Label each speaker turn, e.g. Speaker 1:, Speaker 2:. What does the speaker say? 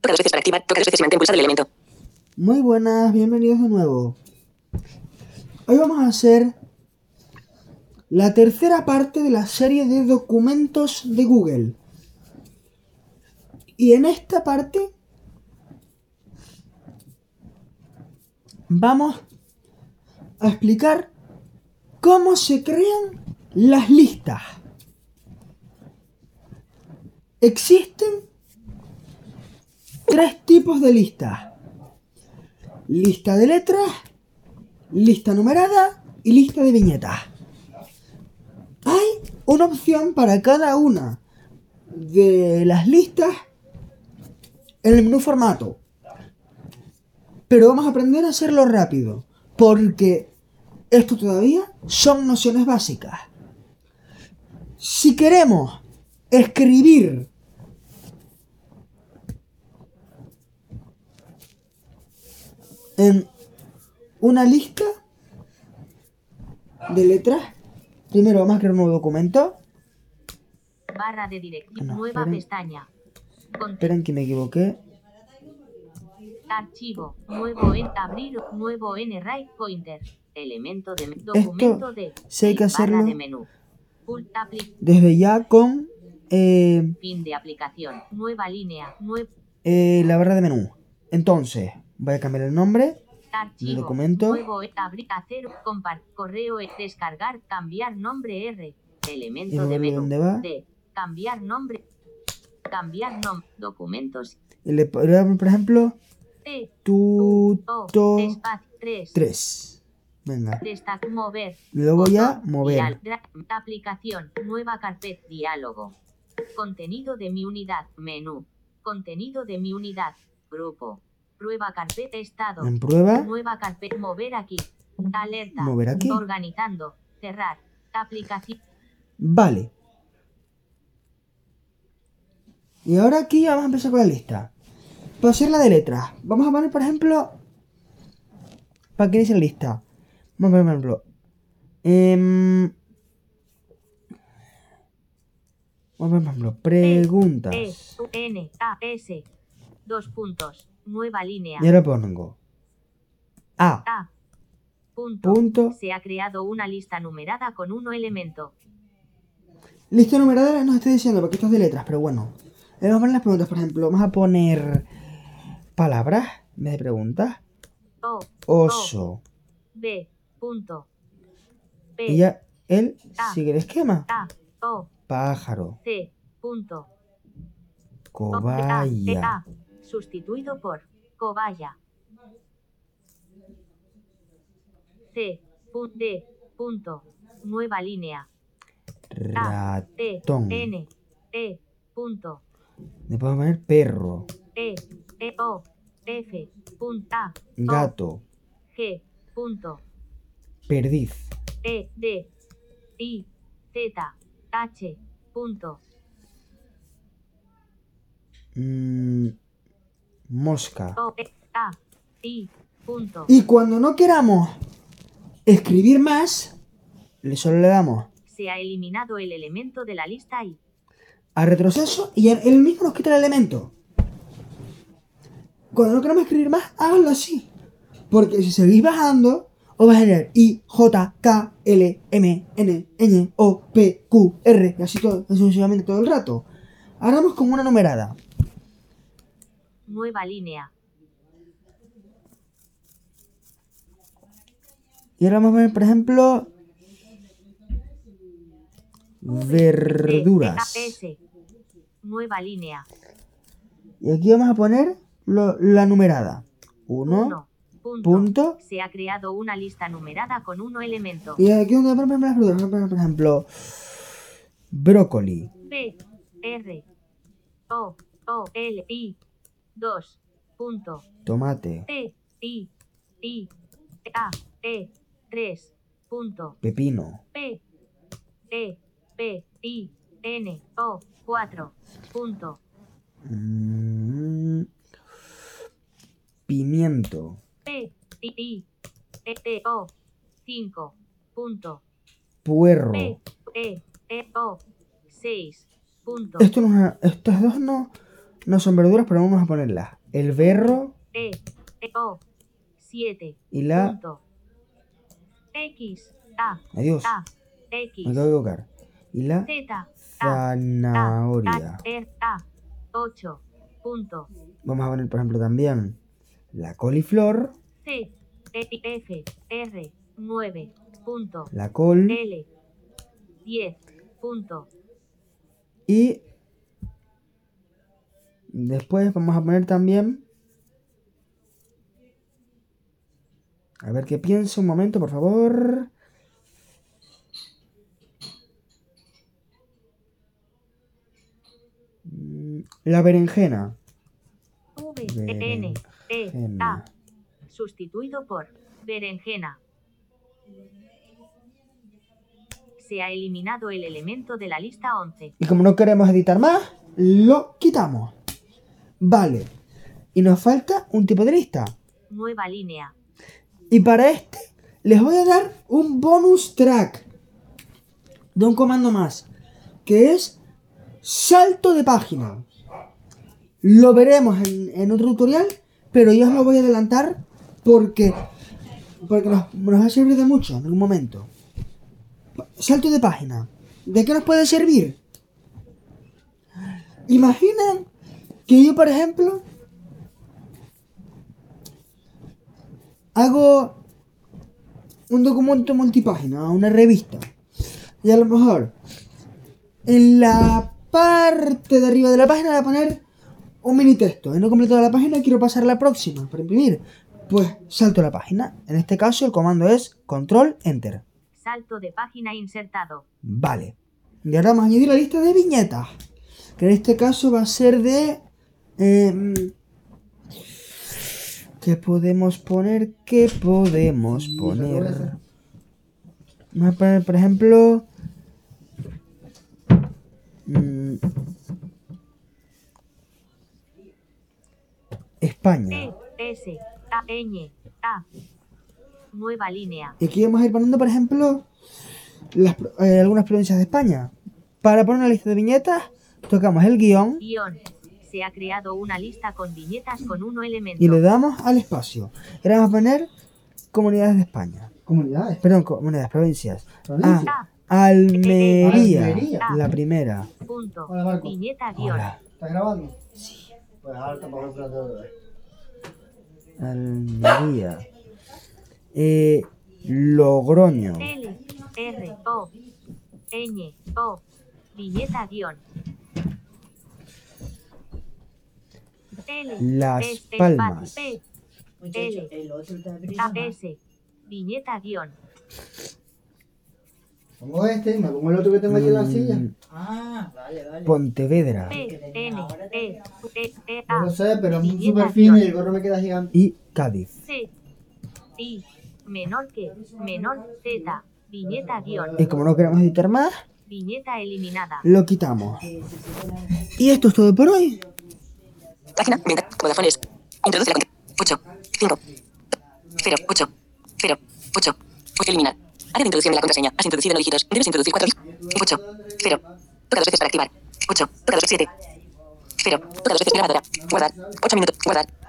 Speaker 1: Toca dos veces para activar. Toca dos veces y mantén pulsado el elemento.
Speaker 2: Muy buenas, bienvenidos de nuevo. Hoy vamos a hacer la tercera parte de la serie de documentos de Google. Y en esta parte vamos a explicar cómo se crean las listas. Existen tres tipos de listas. Lista de letras, lista numerada y lista de viñetas. Hay una opción para cada una de las listas en el menú formato. Pero vamos a aprender a hacerlo rápido, porque esto todavía son nociones básicas. Si queremos escribir en una lista de letras, primero vamos a crear un nuevo documento.
Speaker 3: Barra de directiva.
Speaker 2: No,
Speaker 3: nueva
Speaker 2: esperen.
Speaker 3: pestaña. Con
Speaker 2: Esperen que me equivoqué.
Speaker 3: archivo. Nuevo
Speaker 2: Ah.
Speaker 3: en abrir. Nuevo en right pointer. Elemento de documento de.
Speaker 2: sí hay que
Speaker 3: barra
Speaker 2: hacerlo.
Speaker 3: de menú. Full apli-
Speaker 2: Desde ya con eh,
Speaker 3: Fin de aplicación. Nueva línea. Nuevo
Speaker 2: eh, la barra de menú. Entonces, voy a cambiar el nombre.
Speaker 3: archivo.
Speaker 2: documento.
Speaker 3: Nuevo en abrir. Hacer. Compar. Correo. en Descargar. Cambiar nombre R.
Speaker 2: Y
Speaker 3: Elemento de
Speaker 2: luego,
Speaker 3: menú.
Speaker 2: ¿dónde va?
Speaker 3: D. Cambiar nombre. Cambiar nombre. Documentos.
Speaker 2: Y le ponemos, por ejemplo,
Speaker 3: T. O.
Speaker 2: tuto3.
Speaker 3: Espacio. 3.
Speaker 2: Venga.
Speaker 3: Destac. Mover.
Speaker 2: Le voy a
Speaker 3: Botón,
Speaker 2: mover.
Speaker 3: dial- dra- aplicación. Nueva carpeta. Diálogo. Contenido de mi unidad. Menú. Contenido de mi unidad. Grupo. Prueba carpeta. Estado.
Speaker 2: En prueba.
Speaker 3: Nueva carpeta. Mover aquí. Alerta.
Speaker 2: Mover aquí.
Speaker 3: Organizando. Cerrar. Aplicación.
Speaker 2: Vale. Y ahora aquí vamos a empezar con la lista. Para hacer la de letras. Vamos a poner, por ejemplo. ¿Para qué dice la lista? Vamos a poner, por ejemplo. em, vamos a poner, por ejemplo,
Speaker 3: E.
Speaker 2: preguntas.
Speaker 3: U, N. A. S. Dos puntos. Nueva línea.
Speaker 2: Y ahora pongo. A.
Speaker 3: A. Punto.
Speaker 2: Punto.
Speaker 3: Se ha creado una lista numerada con uno elemento.
Speaker 2: Lista numerada nos estoy diciendo porque esto es de letras, pero bueno. Eh, Vamos a poner las preguntas, por ejemplo. Vamos a poner palabras en vez de preguntas.
Speaker 3: O.
Speaker 2: Oso.
Speaker 3: B. Punto. P.
Speaker 2: Y ya él
Speaker 3: Ah.
Speaker 2: sigue el esquema.
Speaker 3: A. O.
Speaker 2: Pájaro,
Speaker 3: C. Punto.
Speaker 2: Oh,
Speaker 3: O, B, A, T,
Speaker 2: cobaya.
Speaker 3: A. Sustituido por cobaya. C. pun- D. Punto. Nueva línea. A.
Speaker 2: Rat.
Speaker 3: T.
Speaker 2: ratón.
Speaker 3: N. E. Punto.
Speaker 2: Le podemos poner perro,
Speaker 3: E. E. O. F. Punta.
Speaker 2: gato,
Speaker 3: G. Punto.
Speaker 2: perdiz,
Speaker 3: E. D. I. Z. H. Punto.
Speaker 2: mm, mosca.
Speaker 3: O. E. A. I. Punto.
Speaker 2: Y cuando no queramos escribir más, le solo le damos
Speaker 3: Se ha eliminado el elemento de la lista I.
Speaker 2: a retroceso y él él mismo nos quita el elemento. Cuando no queramos escribir más, háganlo así. Porque si seguís bajando, os va a generar I, J, K, L, M, N, Ñ, O, P, Q, R, y así todo, sucesivamente todo el rato. Ahora vamos con una numerada.
Speaker 3: Nueva línea.
Speaker 2: Y ahora vamos a ver, por ejemplo, verduras.
Speaker 3: S. Nueva línea.
Speaker 2: Y aquí vamos a poner lo- la numerada. 1.
Speaker 3: Uno. Punto.
Speaker 2: Punto.
Speaker 3: Se ha creado una lista numerada con uno elemento.
Speaker 2: Y aquí donde vamos a poner las verduras, por ejemplo, brócoli.
Speaker 3: P. R. O. O. L. I. 2. Punto.
Speaker 2: tomate,
Speaker 3: T. I. I. A. E. 3. Punto.
Speaker 2: pepino,
Speaker 3: P. E. P. I. N. O. 4. Punto.
Speaker 2: mm, pimiento,
Speaker 3: P. I. I. E. T. O. 5. Punto.
Speaker 2: puerro.
Speaker 3: P, E, E, O, 6, punto.
Speaker 2: Esto no es una- estos dos no No son verduras, pero vamos a ponerlas. El berro
Speaker 3: E, E, O, 7.
Speaker 2: y la...
Speaker 3: Punto. X, A,
Speaker 2: Adiós,
Speaker 3: A,
Speaker 2: me
Speaker 3: X,
Speaker 2: acabo de equivocar. Y la
Speaker 3: Z, A,
Speaker 2: zanahoria.
Speaker 3: A, R, A, 8. Punto.
Speaker 2: Vamos a poner, por ejemplo, también la coliflor,
Speaker 3: C, E, F, R, 9. Punto.
Speaker 2: la col
Speaker 3: L, 10. Punto.
Speaker 2: y... Después vamos a poner también... A ver qué pienso un momento, por favor. Mm, La berenjena.
Speaker 3: V, E, N, E, A.
Speaker 2: Berenjena.
Speaker 3: Sustituido por berenjena. Se ha eliminado el elemento de la lista 11.
Speaker 2: Y como no queremos editar más, lo quitamos. Vale. Y nos falta un tipo de lista.
Speaker 3: Nueva línea.
Speaker 2: Y para este les voy a dar un bonus track de un comando más, que es salto de página. Lo veremos en, en otro tutorial, pero yo os lo voy a adelantar porque, porque nos, nos va a servir de mucho en algún momento. Salto de página. ¿De qué nos puede servir? Imaginen que yo, por ejemplo, hago un documento multipágina, una revista. Y a lo mejor en la parte de arriba de la página voy a poner un mini texto. Y no he completado la página, quiero pasar a la próxima para imprimir. Pues salto a la página. En este caso el comando es control enter.
Speaker 3: Salto de página insertado.
Speaker 2: Vale. Y ahora vamos a añadir la lista de viñetas. Que en este caso va a ser de... em, ¿Qué podemos poner? ¿Qué podemos poner? Vamos a poner, por ejemplo... mm, España.
Speaker 3: E, S, A, Ñ, A. Nueva línea.
Speaker 2: Y aquí vamos a ir poniendo, por ejemplo, las pro- eh, algunas provincias de España. Para poner una lista de viñetas, tocamos el guión
Speaker 3: Guión. Se ha creado una lista con viñetas con uno elemento.
Speaker 2: y le damos al espacio. Y ahora vamos a poner comunidades de España.
Speaker 4: Comunidades.
Speaker 2: Perdón, comunidades, provincias.
Speaker 4: Provincias.
Speaker 2: Ah, Almería,
Speaker 4: Almería.
Speaker 2: la primera.
Speaker 3: Punto.
Speaker 4: Hola, Marco.
Speaker 3: Viñeta guión.
Speaker 2: Hola.
Speaker 4: ¿Estás grabando? Sí. Pues ahora tampoco creo que
Speaker 2: Almería. Eh, Logroño.
Speaker 3: L, R, O, Ñ, O. Viñeta guión. L,
Speaker 2: Las
Speaker 3: S, espacio,
Speaker 2: Palmas.
Speaker 3: P, L, A, S. Viñeta guión.
Speaker 4: Pongo este y me pongo el otro que tengo aquí en la
Speaker 2: Mm,
Speaker 4: silla.
Speaker 5: Ah, vale, vale.
Speaker 2: Pontevedra.
Speaker 3: P, N, E, E, E,
Speaker 4: No
Speaker 3: A.
Speaker 4: lo sé, pero es
Speaker 3: Viñeta
Speaker 4: súper fino y
Speaker 3: guión.
Speaker 4: el gorro me queda gigante.
Speaker 2: Y Cádiz.
Speaker 3: C, I, menor que, menor, Z. Viñeta guión.
Speaker 2: Y como no queremos editar más,
Speaker 3: Viñeta eliminada.
Speaker 2: lo quitamos. Y esto es todo por hoy.
Speaker 1: Página, venta, Vodafone es. Introduce la cuenta. 8, 5, 0, 8, 0, 8. Eliminar. Área de introducción de la contraseña. Has introducido no dígitos. Debes introducir 4 dígitos. 8, 0. Toca dos veces para activar. 8, toca dos veces 7. 0, toca dos veces grabadora. Guardar. 8 minutos. Guardar.